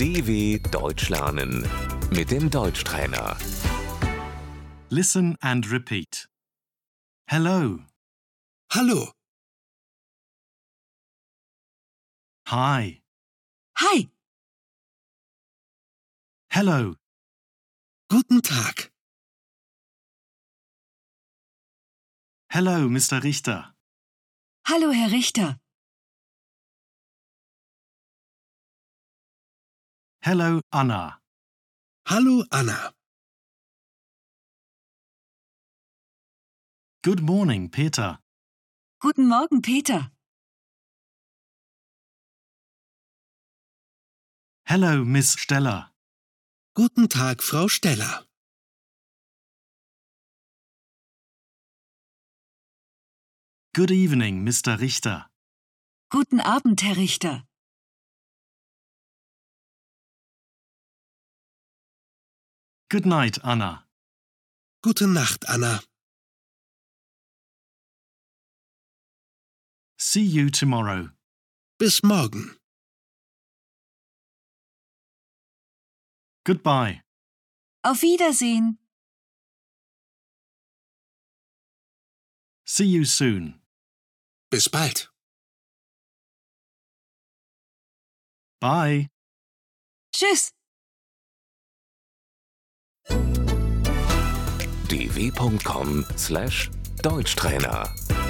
DW Deutsch lernen mit dem Deutschtrainer. Listen and repeat. Hello. Hallo, Hi. Hi, Hello. guten Tag. Hello, Mr. Richter. hallo Herr Richter. Hello, Anna. Hallo, Anna. Good morning, Peter. Guten Morgen, Peter. Hello, Miss Steller. Guten Tag, Frau Steller. Good evening, Mr. Richter. Guten Abend, Herr Richter. Good night, Anna. Gute Nacht, Anna. See you tomorrow. Bis morgen. Goodbye. Auf Wiedersehen. See you soon. Bis bald. Bye. Tschüss. dw.com/deutschtrainer